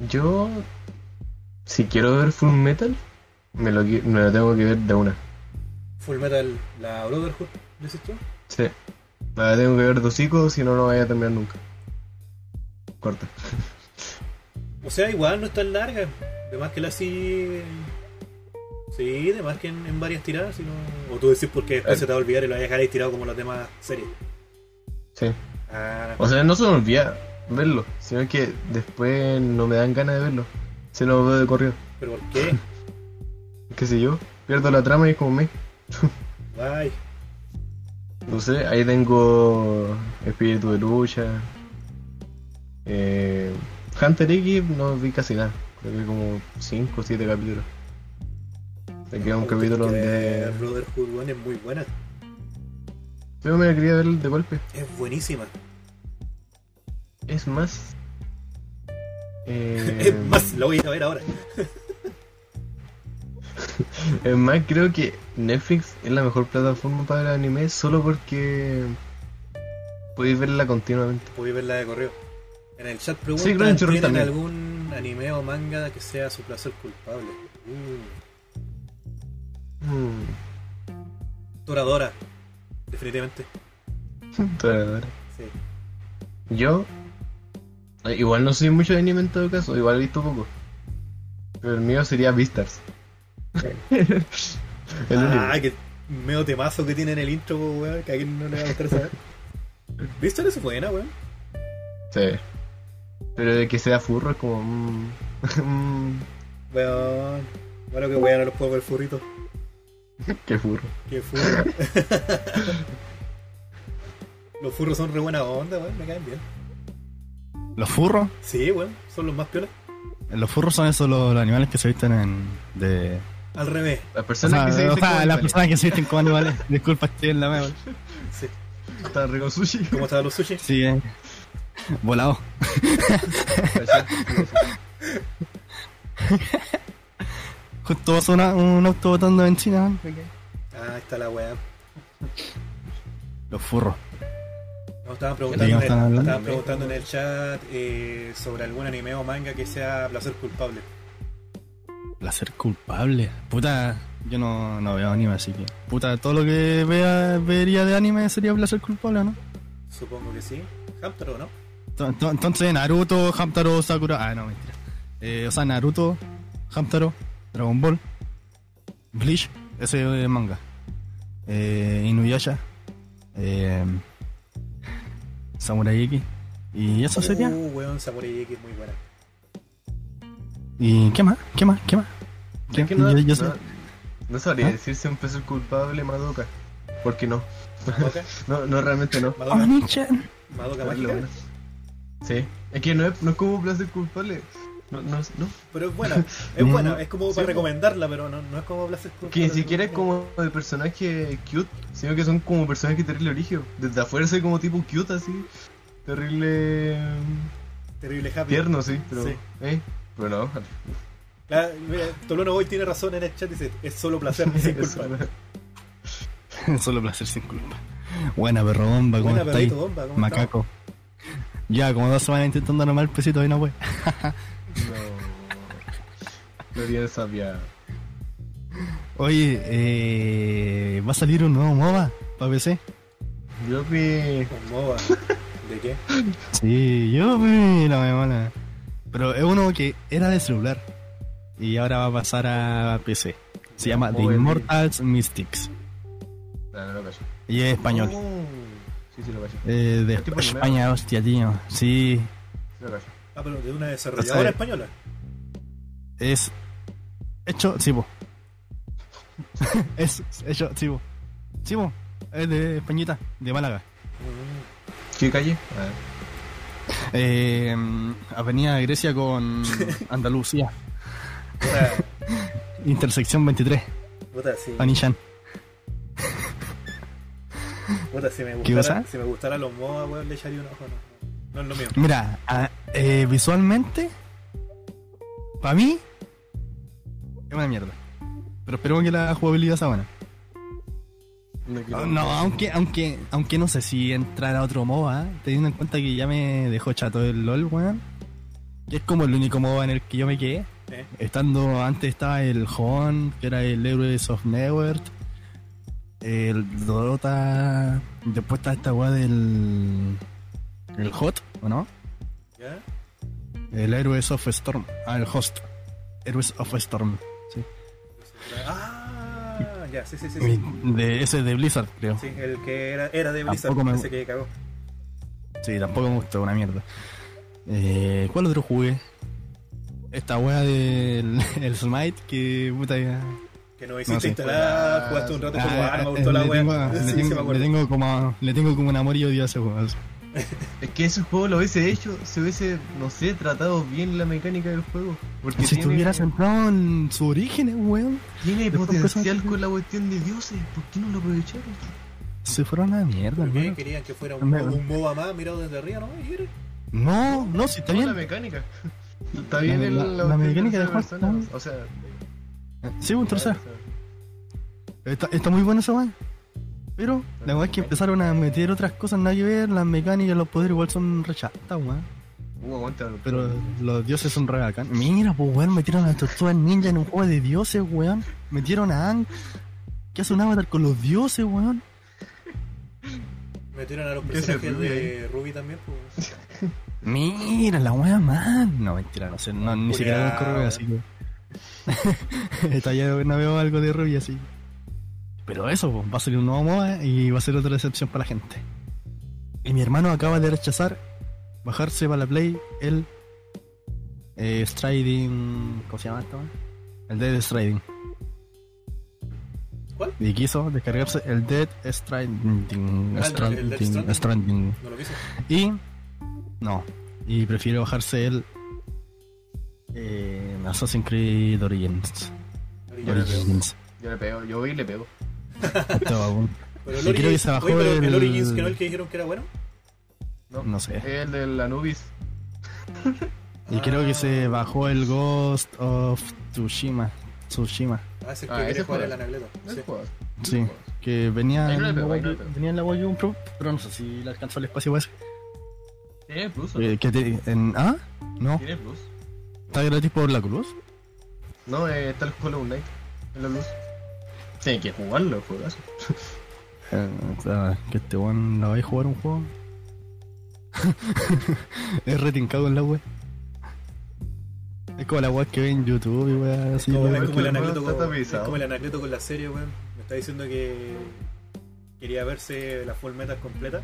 S4: Yo, si quiero ver Full Metal, me lo, qui- me lo tengo que ver de una.
S1: Full Metal, la Brotherhood, ¿dices tú?
S4: Sí. Nada, tengo que ver dos hijos, si no, no voy a terminar nunca. Corta.
S1: O sea, igual no es tan larga. De más que la sí. Sí, de más que en, en varias tiradas, sino. O tú decís porque después
S4: Eh.
S1: se te va a olvidar y lo vas a dejar ahí tirado como las demás series.
S4: Sí.
S1: Ah,
S4: O sea, no se me olvida verlo, sino que después no me dan ganas de verlo. Se lo veo de corrido.
S1: pero ¿por qué?
S4: Qué sé yo, pierdo la trama y es como me.
S1: Bye.
S4: No sé, ahí tengo Espíritu de Lucha. Eh, Hunter X no vi casi nada. Creo que como 5 o 7 capítulos. Te queda un capítulo
S1: Porque
S4: donde.
S1: Brotherhood, weón, es muy buena.
S4: Yo me la quería ver de golpe.
S1: Es buenísima.
S4: Es más. eh,
S1: Es más, la voy a ir a ver ahora.
S4: Es más, creo que Netflix es la mejor plataforma para ver anime solo porque podéis verla continuamente.
S1: Voy a verla de correo. En el chat preguntan,
S4: Sí, creo en Chorril
S1: ¿tienen
S4: también.
S1: algún anime o Uh, manga que sea su placer culpable? Mm,
S4: Mm.
S1: Toradora. Definitivamente.
S4: Toradora.
S1: Sí.
S4: Yo. eh, Igual no soy mucho de anime en todo caso, igual he visto poco. Pero el mío sería Beastars. el
S1: ah,
S4: único.
S1: que medio temazo que tiene en el intro, weón. Que a quién no le va a gustar saber. ¿Viste? Es buena, weón.
S4: Sí. Pero de que sea furro es como. mm, mm,
S1: Weón. Bueno, que weón, no los puedo ver furrito.
S4: qué furro.
S1: Qué furro. los furros son re buena onda, weón. Me caen bien.
S3: ¿Los furros?
S1: Sí, weón. Son los más piolas.
S3: Los furros son esos los, los animales que se visten en. De...
S1: Al revés.
S4: Las
S3: O
S4: personas
S3: sea,
S4: que se
S3: o
S4: dicen
S3: sea,
S4: como
S3: las
S4: animales,
S3: personas que se visten como animales. Disculpa, estoy en la mea. weón.
S1: Sí.
S4: están re con sushi.
S1: ¿Cómo estaban los sushi?
S3: Sí, eh. Volado. Justo pasó una- un auto botando en China,
S1: Ah, ahí está la weón.
S3: Los furros.
S1: Nos estaban preguntando,
S3: ¿De
S1: en
S3: qué
S1: el,
S3: estaban hablando?
S1: estaban preguntando en el chat eh, sobre algún anime o manga que sea placer culpable.
S3: Placer culpable. Puta, yo no, no veo anime, así que. Puta, todo lo que vea, vería de anime sería placer culpable, ¿no?
S1: Supongo que sí. Hamtaro, ¿no?
S3: To- to- Entonces, Naruto, Hamtaro, Sakura. Ah, no, mentira. Eh, o sea, Naruto, Hamtaro, Dragon Ball, Bleach, ese eh, manga. Eh, Inuyasha, eh, Samurai X. ¿Y eso sería?
S4: Eh.
S1: Uh, weón, Samurai X muy buena.
S3: ¿Y qué más? ¿Qué más? ¿Qué más? ¿Qué-
S4: Es que no,
S3: yo- yo sé-
S4: no, no sabría
S3: ¿Ah?
S4: decir si un peso es culpable Madoka. Porque no.
S1: Madoka,
S4: No, no realmente no.
S1: Madoka,
S3: Oni-chan.
S1: Madoka
S4: Es lo
S1: mágica.
S4: bueno. Sí. Es que no es, no es como placer culpable. No, no, es- no.
S1: Pero es buena, es
S4: Mm.
S1: buena, es como
S4: Sí,
S1: para
S4: po.
S1: recomendarla, pero no, no es como placer culpable.
S4: Que ni siquiera es como de personaje cute, sino que son como personajes terrible origen. Desde afuera soy como tipo cute así. Terrible
S1: Terrible happy.
S4: tierno, sí, pero.
S1: Sí.
S4: eh, Pero no.
S1: La, mira, Tolono Boy tiene razón en el chat, dice, es solo placer, sin
S4: Eso,
S1: culpa.
S3: Solo placer sin culpa. Buena perro bomba, ¿cómo
S1: Buena
S3: estáis?
S1: perrito bomba, ¿cómo
S3: Macaco. Ya, como dos semanas intentando armar el pesito y no, wey.
S4: No. No tiene sabia.
S3: Oye, eh, va a salir un nuevo MOBA para PC.
S4: Yo vi.
S1: estamos? Un MOBA. ¿De qué?
S3: Sí, yo me la me mola. Pero es uno que era de celular y ahora va a pasar a PC. Se llama The
S4: Móvil.
S3: Immortals Mystics
S4: ah, No, no lo cacho.
S3: y es español.
S4: Oh, Sí, sí lo cacho.
S3: Eh, de
S4: Es tipo anime.
S3: España, hostia, tío. Sí,
S4: Sí lo cacho.
S1: Ah, pero de una desarrolladora
S3: O sea,
S1: española.
S3: es hecho, sí, po. es hecho, sí, po. Sí, po. Es de Españita, de Málaga.
S1: Mm.
S4: ¿Qué calle? Ah,
S3: Eh, Avenida Grecia con Andalucía.
S1: Puta,
S3: Intersección 23,
S1: puta, sí.
S3: Anishan.
S1: Puta, si me
S3: ¿Qué
S1: gustara,
S3: cosa?
S1: si me gustara los MOBA, weón, le echaría un ojo. No, no es lo mío.
S3: Mira, a- eh, visualmente, para mí, es una mierda. Pero espero que la jugabilidad sea buena.
S4: no quiero-
S3: Ah, No, aunque, aunque, aunque no sé si entrar a otro MOBA, ¿eh? teniendo en cuenta que ya me dejó chato el LOL, weón. Que es como el único MOBA en el que yo me quedé.
S1: ¿Eh?
S3: Estando, antes estaba el Hon, que era el Heroes of Network. El Dota. Después está esta weá del. El Hot, ¿o no?
S1: ¿Ya?
S3: El Heroes of Storm. Ah, el Host. Heroes of Storm.
S1: Ah, ya, sí, sí, sí. sí.
S3: De ese de Blizzard, creo.
S1: Sí, el que era, era de Blizzard,
S3: Tampoco me-
S1: ese que cagó.
S3: Sí, tampoco me gustó, una mierda. Eh, ¿Cuál otro jugué? Esta wea del el Smite, que puta ya.
S1: Que no hiciste
S3: No sé.
S1: instalada, jugaste un rato como
S3: Ah,
S1: ah, me
S3: eh,
S1: gustó la
S3: le tengo-
S1: wea.
S3: le
S1: Sí, sí, me
S3: tengo- le
S1: acuerdo.
S3: tengo como- Le tengo como un amor y odio a ese juego.
S4: Es que ese juego lo hubiese hecho, se hubiese, no sé, tratado bien la mecánica del juego. Porque
S3: Si
S4: tiene,
S3: estuvieras entrado en su origen, weón,
S4: tiene
S3: después
S4: potencial
S3: empezaste-
S4: con la cuestión de dioses, ¿por qué no lo aprovecharon?
S3: se fueron a la mierda,
S1: ¿Por qué
S3: hermano.
S1: querían que fuera un,
S3: Me-
S1: un MOBA más mirado desde arriba, no? ¿Y era?
S3: No, no, si está
S4: No, la
S3: bien.
S4: mecánica. Está bien
S3: La-
S4: el-
S3: la- la
S4: cuestión
S3: mecánica
S4: de
S3: del
S4: tercera
S3: juego,
S4: persona, O sea,
S3: Sí, un tercero.
S4: o sea,
S3: Está, está muy bueno esa weá. Pero la weá es que empezaron a meter otras cosas nada que ver, las mecánicas, los poderes igual son rechazadas, weón.
S4: Uh, aguanta,
S3: Pero los dioses son re bacán. Mira, pues weón, metieron a las tortugas ninja en un juego de dioses, weón. Metieron a Ang. ¿Qué hace un avatar con los dioses, weón?
S1: Metieron a los
S4: ¿Qué es el
S1: personajes
S4: Ruby
S1: de Ruby también, pues.
S3: Mira, la wea man. No, mentira, no sé, no, ni
S1: Culeado,
S3: siquiera conozco Ruby,
S1: weón.
S3: así que. Está ya no veo algo de Ruby así. Pero eso, po, va a salir un nuevo MOBA y va a ser otra decepción para la gente. Y mi hermano acaba de rechazar bajarse para la Play el. Eh, Striding. ¿Cómo se llama esto? El Dead Striding.
S1: ¿Cuál?
S3: Y quiso descargarse el Dead Striding.
S1: Ah, el- el Death Stranding.
S3: Stranding. Stranding.
S1: No lo quiso.
S3: Y. No. Y prefiero bajarse el. eh, Assassin's Creed Origins.
S1: Ahorita
S4: Ya lo veo.
S3: Origins.
S4: Yo le pego, yo voy y le pego.
S3: Estaba un-
S1: Pero el
S3: Yo creo que
S1: Origins,
S3: se bajó
S1: oye, pero el...
S3: el-
S1: Origins, que no el que dijeron que era bueno.
S3: no sé.
S4: El del Anubis.
S3: Y creo que se bajó el Ghost of Tsushima. Tsushima.
S1: Ah, ese
S4: Ah,
S1: que quiere
S4: ese
S1: jugar
S4: juega.
S1: en la nagleta.
S4: No
S1: Sí.
S4: es jugador.
S3: Sí. Que venía.
S4: Ahí no le
S3: en la
S4: pego, ahí no le
S3: Wii-
S4: pego.
S3: venía en la Wii U Pro. Pero no sé si le alcanzó el espacio ese.
S4: Tiene plus, ¿o no?
S3: Eh, que te- en, ¿Ah? No.
S4: Tiene plus.
S3: ¿Está gratis por la cruz?
S4: No, eh, está el Hollow Knight. En la luz. Tiene que jugarlo, el juegazo.
S3: Eh, está- que este weón la va a jugar un juego. es retincado en la web. Es como la web que ve en YouTube y weá así.
S1: Como-
S3: weá,
S1: es,
S4: que
S1: como el
S4: el juego
S1: anacleto
S4: está
S1: con, es
S4: tapizado.
S1: como el anacleto con la serie, weón. Me está diciendo que quería verse las full metas completas.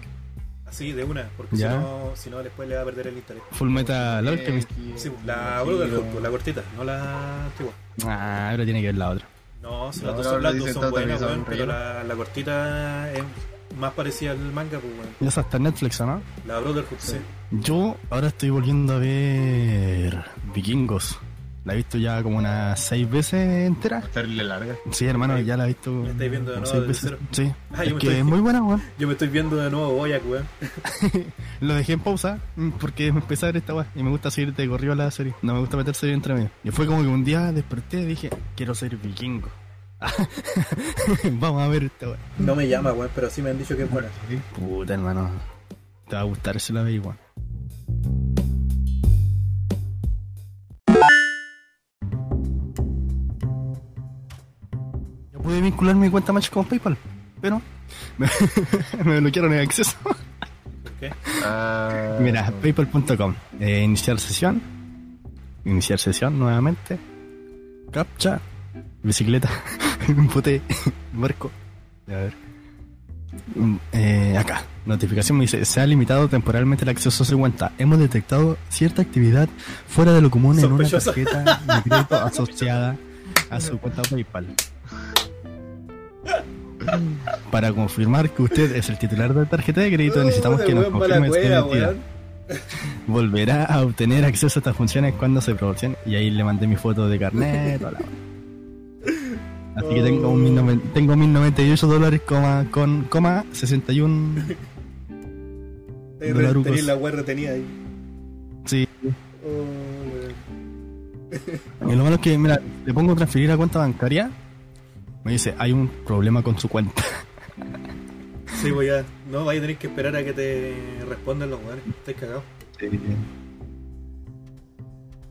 S1: Así, de una, porque si
S3: Ya.
S1: no, si no, después le va a perder el interés.
S3: Full Metal
S4: Eh,
S3: Alchemist.
S1: Sí, la Brotherhood, pues, la cortita, no la antigua.
S3: Ah, ahora tiene que ver la otra.
S1: No, si
S4: No,
S1: las dos son,
S4: la
S1: las
S4: verdad
S1: dos
S4: dicen
S1: son
S4: todo
S1: buenas,
S4: tapizado
S1: weón,
S4: en
S1: pero
S4: relleno.
S1: la, la cortita es más parecida al manga, pues, weón.
S3: Y esa está en Netflix, ¿o ¿no?
S1: La Brotherhood, sí.
S3: Yo ahora estoy volviendo a ver Vikingos. La he visto ya como unas seis veces entera.
S4: Estarle larga.
S3: Sí, hermano, ya la he visto.
S1: ¿La estáis viendo de
S3: como
S1: nuevo
S3: seis
S1: desde
S3: veces. Sí.
S1: Ah, yo
S3: es
S1: me
S3: que
S1: estoy-
S3: es muy buena, weón.
S1: Yo me estoy viendo de nuevo Boyac, weón.
S3: Lo dejé en pausa mm, porque me empecé a ver esta weá y me gusta seguir de corrido la serie. No me gusta meter serie entre medio. Y fue como que un día desperté y dije, quiero ser vikingo. Vamos a ver esta weá.
S1: No me llama, weón, pero sí me han dicho que es buena.
S3: Puta hermano. Te va a gustar si la veis, weón. Yo pude vincular mi cuenta Match con PayPal, pero me, me bloquearon el acceso.
S1: ¿Por qué?
S4: Ah,
S3: Mira, paypal.com. Eh, iniciar sesión. Iniciar sesión nuevamente. Captcha. Bicicleta. Bote. Barco. A ver. Mm, eh, acá. Notificación me dice, se ha limitado temporalmente el acceso a su cuenta. Hemos detectado cierta actividad fuera de lo común en una
S1: Sospechosa.
S3: tarjeta de crédito asociada a su cuenta PayPal. Para confirmar que usted es el titular de la tarjeta de crédito, necesitamos que nos
S1: Weón, mala
S3: confirme este su
S1: cueva,
S3: identidad
S1: weón.
S3: volverá a obtener acceso a estas funciones cuando se proporcione. Y ahí le mandé mi foto de carnet. toda la wea. Así que tengo, un 1090 tengo 1098 dólares, coma, con, coma, 61.
S1: Tenés-
S3: Dolarucos.
S1: Eh, tenés la weón retenida ahí.
S3: Sí.
S1: Oh, weón.
S3: Y lo malo es que, mira, le pongo transferir a cuenta bancaria. Me dice, hay un problema con su cuenta.
S1: Sí, pues ya. No, vais a tener que esperar a que te respondan los weones. Estás cagado.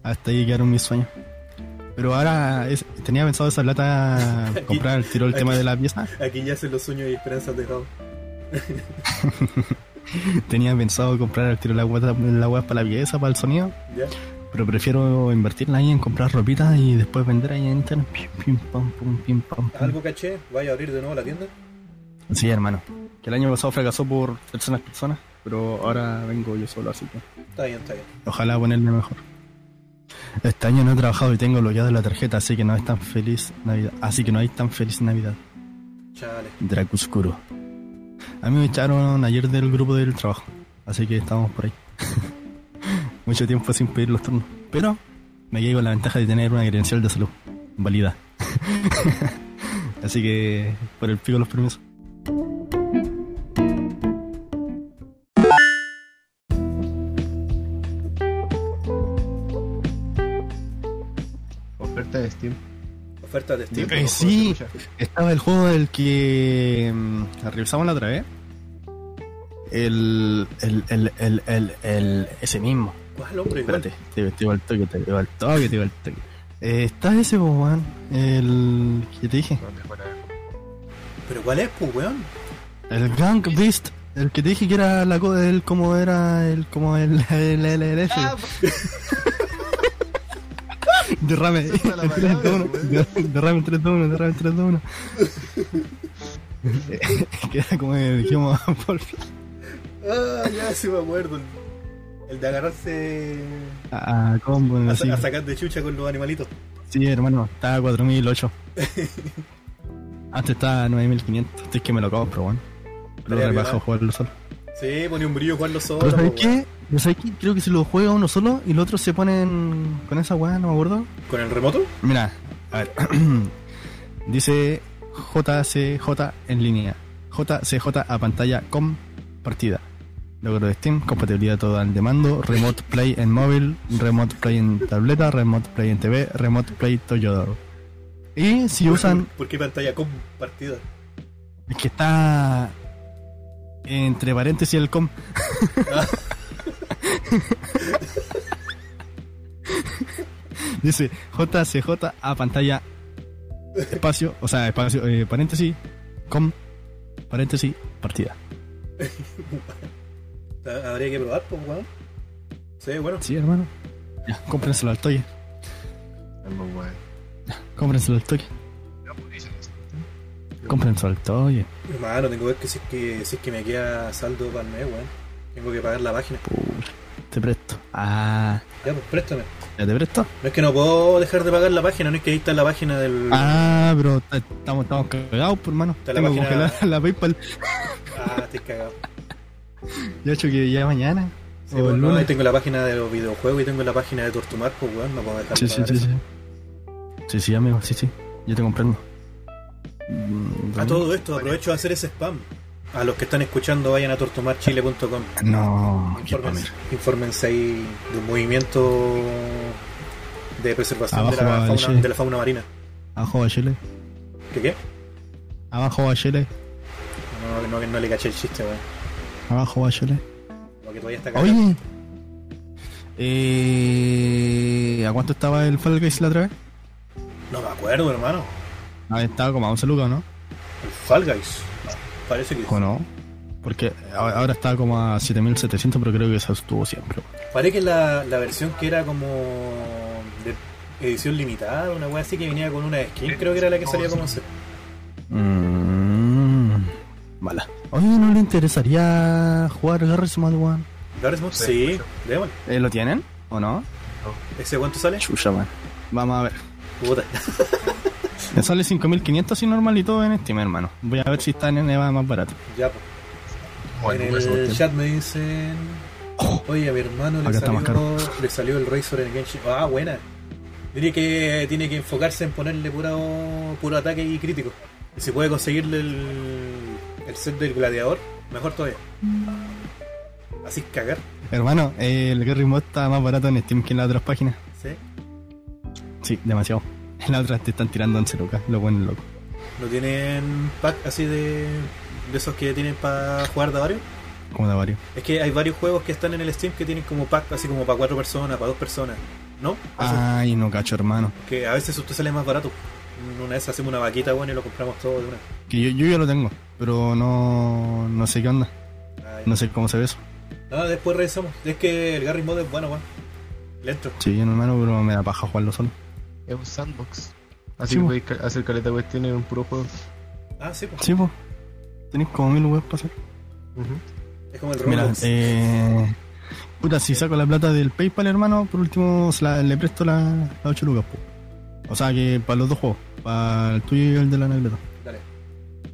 S3: Hasta ahí quedaron mis sueños. Pero ahora es- tenía pensado esa plata comprar al tiro el tema de la pieza.
S1: Aquí ya se los sueños y esperanzas de Gao.
S3: Tenía pensado comprar al tiro la web, la web para la pieza, para el sonido.
S1: ¿Ya?
S3: Pero prefiero invertirla ahí en comprar ropita y después vender ahí en internet. Pim, pim, pam, pum, pim, pam, pum.
S1: ¿Algo caché? ¿Vaya a abrir de nuevo la tienda?
S3: Sí, hermano. Que el año pasado fracasó por terceras personas, pero ahora vengo yo solo, así que
S1: Está bien, está bien.
S3: ojalá ponerme mejor. Este año no he trabajado y tengo bloqueado la tarjeta, así que no es tan feliz Navidad. Así que no hay tan feliz Navidad.
S1: Chale.
S3: Dracuscuro. A mí me echaron ayer del grupo del trabajo, así que estábamos por ahí. Mucho tiempo sin pedir los turnos. Pero me quedé con la ventaja de tener una credencial de salud, válida. así que por el pico los permisos.
S4: Oferta de Steam.
S1: Oferta de Steam.
S3: Eh, sí. Estaba el juego del que mm, revisamos la otra vez. El, el, el, el, el, el- ese mismo.
S1: ¿Cuál hombre? ¿Cuál?
S3: Espérate, te, te iba al toque, te iba al toque, te pues, iba al toque. Eh, está ese, po, weón. El que te dije.
S1: ¿Pero cuál es, pues, weón?
S3: El Gang Beast. El que te dije que era la co- el como era el como el, el LLF.
S4: Ah, pues,
S3: derrame.
S4: Suelta pues, la palabra, pues.
S3: 3-2-1,
S4: weón.
S3: derrame 3 2 1, derrame 3 2 1. que era como el dijimos por
S1: Ah, ya sí me acuerdo. El de agarrarse
S3: a, a Ah, combo en
S1: a,
S3: la
S1: sa- a
S3: silla.
S1: sacar de chucha con los animalitos.
S3: Sí, hermano, estaba a 4008. Antes estaba a 9500. Antes que me lo compro, weón. Lo
S1: Estaría
S3: rebajo
S1: bien,
S3: jugarlo solo.
S1: Sí, ponía un brillo cuando solo. pues,
S3: Pero
S1: po,
S3: ¿sabes
S1: weón.
S3: qué? Pero ¿sabes qué? Creo que si lo juega uno solo y el otro se ponen con esa weá, no me acuerdo.
S1: ¿Con el remoto?
S3: Mira, a ver. Dice JCJ en línea. JCJ a pantalla compartida. Logro de Steam, compatibilidad total de mando, Remote Play en móvil, Remote Play en tableta, Remote Play en TV, Remote Play Toyodoro. Y si usan
S1: ¿Por qué pantalla compartida?
S3: Es que está entre paréntesis el com. Dice JCJ a pantalla espacio, o sea, espacio, eh, paréntesis, com, paréntesis, partida.
S1: Ha- Habría que probar, pues, weón. Sí, bueno.
S3: Sí, hermano. Ya, cómprenselo al toque,
S4: Ambos, weón.
S3: cómprenselo al toque, cómprenselo al toque.
S1: Hermano, tengo que ver que si es que, si es que me queda saldo para el mes, weón. Tengo que pagar la página.
S3: Puta, te presto. Ah,
S1: Ya, pues préstame.
S3: ¿ya te presto?
S1: No es que no puedo dejar de pagar la página, no es que ahí está la página del.
S3: Ah, pero t- estamos, estamos cagados, pues, hermano.
S1: Está la
S3: Tengo que
S1: página-
S3: congelar la PayPal.
S1: Ah, estoy cagado.
S3: Yo hecho que ya mañana.
S1: Sí, pues,
S3: o el
S1: bueno, ahí
S3: lunes.
S1: tengo la página de los videojuegos y tengo la página de Tortumar, pues, weón. No puedo dejar de
S3: Sí, sí,
S1: pagar
S3: sí,
S1: eso.
S3: sí. Sí, sí, amigo, sí, sí. Yo te comprendo. Mm,
S1: A todo esto, aprovecho de hacer ese spam. A los que están escuchando, vayan a tortumarchile.com.
S3: No,
S1: Infórmense, infórmense ahí de un movimiento de preservación de la,
S3: Abajo, vale,
S1: fauna,
S3: sí.
S1: de la fauna marina.
S3: abajo va Chile.
S1: ¿Qué qué?
S3: Abajo va Chile.
S1: No, no, no, no le caché el chiste, weón.
S3: Abajo va Chile.
S1: Como que todavía está cagado.
S3: Oye. Eh, ¿A cuánto estaba el Fall Guys la otra vez?
S1: No me acuerdo, hermano.
S3: Ah, estaba como a 11 lucas, ¿no?
S1: El Fall Guys. Parece que,
S3: ¿O no? Porque a- ahora está como a 7700, pero creo que se estuvo siempre.
S1: parece que la, la versión que era como de edición limitada, una weá así que venía con una skin, creo que era la que salía como se. Mm.
S3: Mmm. Mala. Oye, ¿no le interesaría jugar Garry's Mod One?
S1: ¿Garry's Mod? Sí, démosle.
S3: Eh, ¿Lo tienen? ¿O no?
S1: ¿Ese cuánto sale?
S3: Chucha, man. Vamos a ver.
S1: Puta.
S3: Me sale 5500 así normalito en Steam, hermano. Voy a ver si está en Neva más barato.
S1: Ya, pues.
S4: Bueno,
S1: en
S4: por eso,
S1: el
S4: tío.
S1: chat me dicen.
S3: Oh.
S1: Oye, a mi hermano
S3: Acá
S1: le
S3: está más
S1: salió, le salió el Razor en Genshin. Ah, buena. Tiene que, tiene que enfocarse en ponerle puro, puro ataque y crítico. Y si puede conseguirle el, el set del gladiador, mejor todavía. Así es cagar,
S3: Hermano, eh, el Gary Mod está más barato en Steam que en las otras páginas.
S1: ¿sí?
S3: Sí, demasiado. En las otras te están tirando 11 lucas, lo bueno loco.
S1: ¿No tienen pack así de, de esos que tienen para jugar de a varios?
S3: Como de varios.
S1: Es que hay varios juegos que están en el Steam que tienen como pack así como para cuatro personas, para dos personas, ¿no? Así-
S3: Ay, no cacho, hermano.
S1: Que a veces usted sale más barato. Una vez hacemos una vaquita, bueno, y lo compramos todo de una.
S3: Que yo, yo ya lo tengo, pero no, no sé qué onda.
S1: Ah, ya.
S3: No sé cómo se ve eso.
S1: No, Ah, después revisamos. Es que el Garry Mod es bueno, weón. Le entro.
S3: Sí, hermano, pero me da paja jugarlo solo.
S4: Es un sandbox. Así
S3: Sí,
S4: que
S3: bo.
S4: podéis ca- hacer caleta cuestiones en un puro juego.
S1: Ah, sí, pues.
S3: Sí, pues. Tenéis como mil weas para hacer.
S1: Es como el
S3: Mira,
S1: Roblox.
S3: eh. Puta, si saco la plata del PayPal, hermano, por último se la- le presto la, la 8 lucas, po. O sea que para los dos juegos, para el tuyo y el de la negreta.
S1: Dale.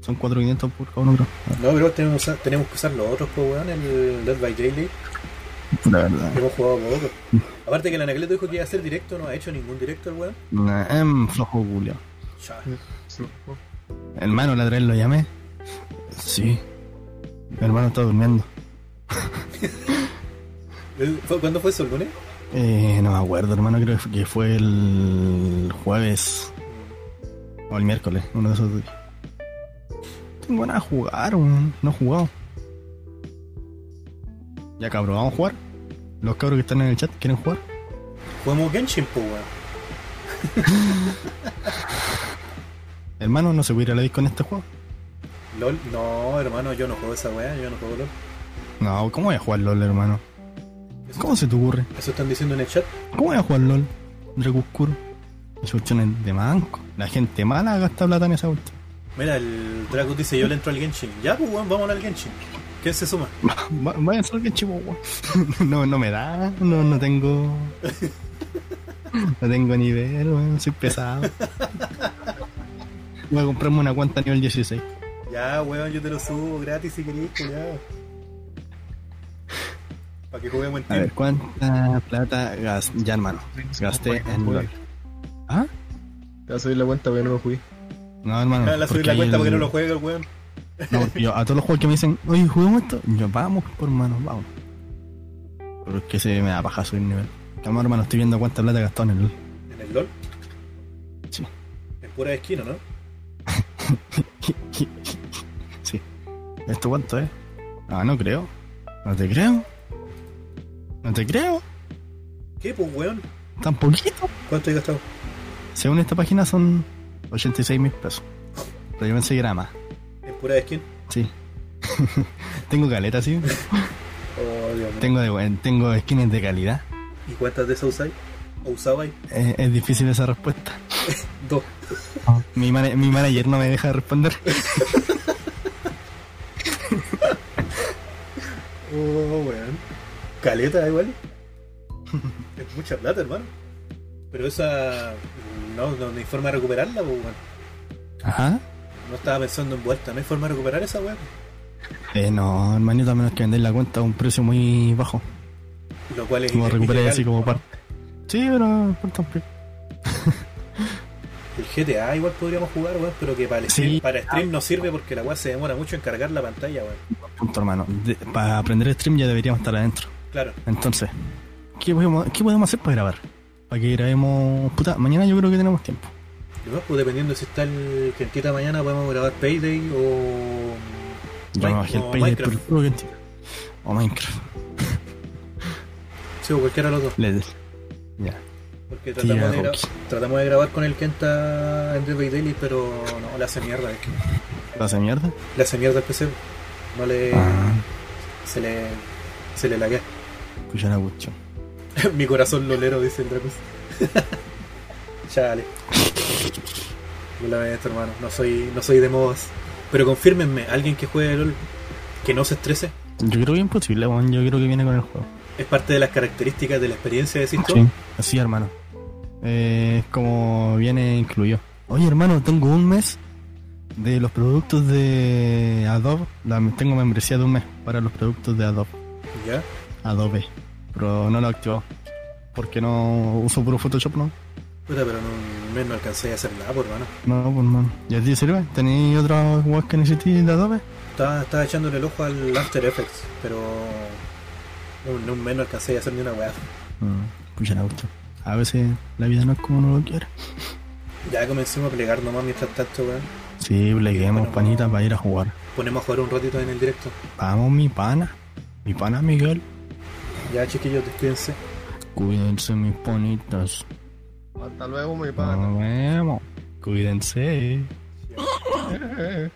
S3: Son 4.500 por cada uno, creo.
S1: No, pero tenemos, que usar- tenemos que usar los otros, pues, weón. El Dead by Daylight.
S3: La verdad.
S1: Que hemos jugado poco. Aparte que el Anacleto dijo que iba a hacer directo, no ha hecho ningún directo el weón.
S3: Nah, em, flojo, Julio.
S1: Ya.
S3: Mm.
S4: Sí.
S3: Hermano, la otra vez lo llamé. Sí. Mi hermano está durmiendo.
S1: Eh, ¿fue- ¿Cuándo fue eso, el lunes?
S3: Eh, no me acuerdo, hermano, creo que fue el jueves. O el miércoles, uno de esos días. Tengo ganas de jugar, weón. No he jugado. Ya cabrón, ¿vamos a jugar? Los cabros que están en el chat, ¿quieren jugar?
S1: Jugamos Genshin, pues, weón.
S3: Hermano, no se puede ir a la disco en este juego.
S1: LOL, no, hermano, yo no juego esa weá, yo no juego LOL.
S3: No, ¿cómo voy a jugar LOL, hermano?
S1: Eso,
S3: ¿Cómo se te ocurre?
S1: eso están diciendo en el chat.
S3: ¿Cómo voy a jugar LOL? Recuscuro. Chuchones de manco. La gente mala gasta plata en esa vuelta.
S1: Mira, el Draco dice, yo le entro al Genshin. Ya, pues, weón, vamos al Genshin. ¿Quién se suma?
S3: Vaya a ser que chivo, weón. No, no me da, no, no tengo. No tengo nivel, weón, soy pesado. Voy a comprarme una cuenta nivel 16.
S1: Ya, weón, yo te lo subo gratis si querés, cuidado. Para que juguemos en
S3: A ver,
S1: tiempo.
S3: ¿cuánta plata gas- ya, hermano? Gasté en LOL. ¿Ah?
S4: Te vas a subir la cuenta porque no lo jugué.
S3: No, hermano.
S1: Ah, la subí
S3: porque
S1: la
S3: hay
S1: cuenta
S3: el-
S1: porque no lo juega el weón.
S3: No, porque yo, a todos los juegos que me dicen, oye, juguemos esto, yo, vamos, por hermano, vamos. Pero es que se me da paja subir nivel. Calma, hermano, estoy viendo cuánta plata gastó en el LOL.
S1: ¿En el LOL?
S3: Sí.
S1: En pura esquina, ¿no?
S3: sí. ¿Esto cuánto es? Ah, no creo. No te creo. No te creo.
S1: ¿Qué, pues, weón?
S3: Tan poquito.
S1: ¿Cuánto he gastado?
S3: Según esta página son 86 mil pesos. Pero yo pensé que era más.
S1: ¿En pura skin?
S3: Sí. tengo caleta, sí.
S1: Oh, Dios mío.
S3: Tengo, de- tengo skins de calidad.
S1: ¿Y cuántas de esas usáis? ¿O usabais?
S3: Eh, es difícil esa respuesta.
S1: Dos.
S3: Mi, mana- mi manager no me deja responder.
S1: Oh, weón. Caleta, igual. es mucha plata, hermano. Pero esa. No, no, no hay forma de recuperarla, pues, weón.
S3: Ajá.
S1: No estaba pensando en vuelta, no hay forma de recuperar esa weón.
S3: Eh, no, hermanito, a menos que vendáis la cuenta a un precio muy bajo.
S1: Lo cual es.
S3: Como
S1: es
S3: recuperáis
S1: ilegal,
S3: así como
S1: ¿no?
S3: parte. Sí, pero por tan
S1: El GTA igual podríamos jugar, weón, pero que para, el
S3: Sí.
S1: stream, para stream no sirve porque la weá se demora mucho en cargar la pantalla, weón.
S3: punto, hermano. De- para aprender stream ya deberíamos estar adentro.
S1: Claro.
S3: Entonces, ¿qué podemos, qué podemos hacer para grabar? Para que grabemos. Puta, mañana yo creo que tenemos tiempo.
S1: Además, pues dependiendo si está el Quentita mañana, podemos grabar Payday o.
S3: Yo
S1: Min-
S3: me bajé el
S1: o
S3: payday por el
S1: Minecraft.
S3: puro que entiendo. O Minecraft.
S1: Sí, o cualquiera de los dos.
S3: Le- Ya.
S1: Porque
S3: Sí,
S1: tratamos, de,
S3: ya,
S1: gra-
S3: Rocky.
S1: tratamos de grabar con el Kenta en The Bay Daily, pero no, le hace mierda. es que
S3: ¿Lo hace mierda?
S1: le hace mierda al PC. No le.
S3: Ah,
S1: Se le. Se le laguea.
S3: escucha la cuestión.
S1: Mi corazón lolero, dice el Dracus. Chale. Lo lamento, hermano. No soy, no soy de modas. Pero confírmenme, alguien que juegue LOL, que no se estrese,
S3: Yo creo que imposible, weón. Yo creo que viene con el juego.
S1: es parte de las características de la experiencia de Cisco.
S3: Sí, así hermano. Eh, Es como viene incluido. Oye hermano, tengo un mes de los productos de Adobe. La- tengo membresía de un mes para los productos de Adobe.
S1: ¿Ya?
S3: Adobe. Pero no lo he activado. Porque no uso puro Photoshop, ¿no?
S1: Puta, pero en un mes no alcancé a hacer nada, por hermano.
S3: No, pues no. ¿Y a ti te sirve? ¿Tenéis otra web que necesitéis de Adobe?
S1: Estaba, estaba echándole el ojo al After Effects, pero en un menos alcancé a hacer ni una weá.
S3: Mm, pucha la gusto. A veces la vida no es como uno lo quiere.
S1: Ya comencemos a plegar nomás mientras tanto, weón.
S3: Sí, bleguemos,
S1: Bueno.
S3: panita, para ir a jugar.
S1: Ponemos a jugar un ratito en el directo.
S3: Vamos, mi pana. Mi pana Miguel.
S1: Ya chiquillos, despídense.
S3: Cuídense, mis ponitas.
S4: Hasta luego, mi pana.
S3: Nos vemos. Cuídense.
S4: Eh, eh.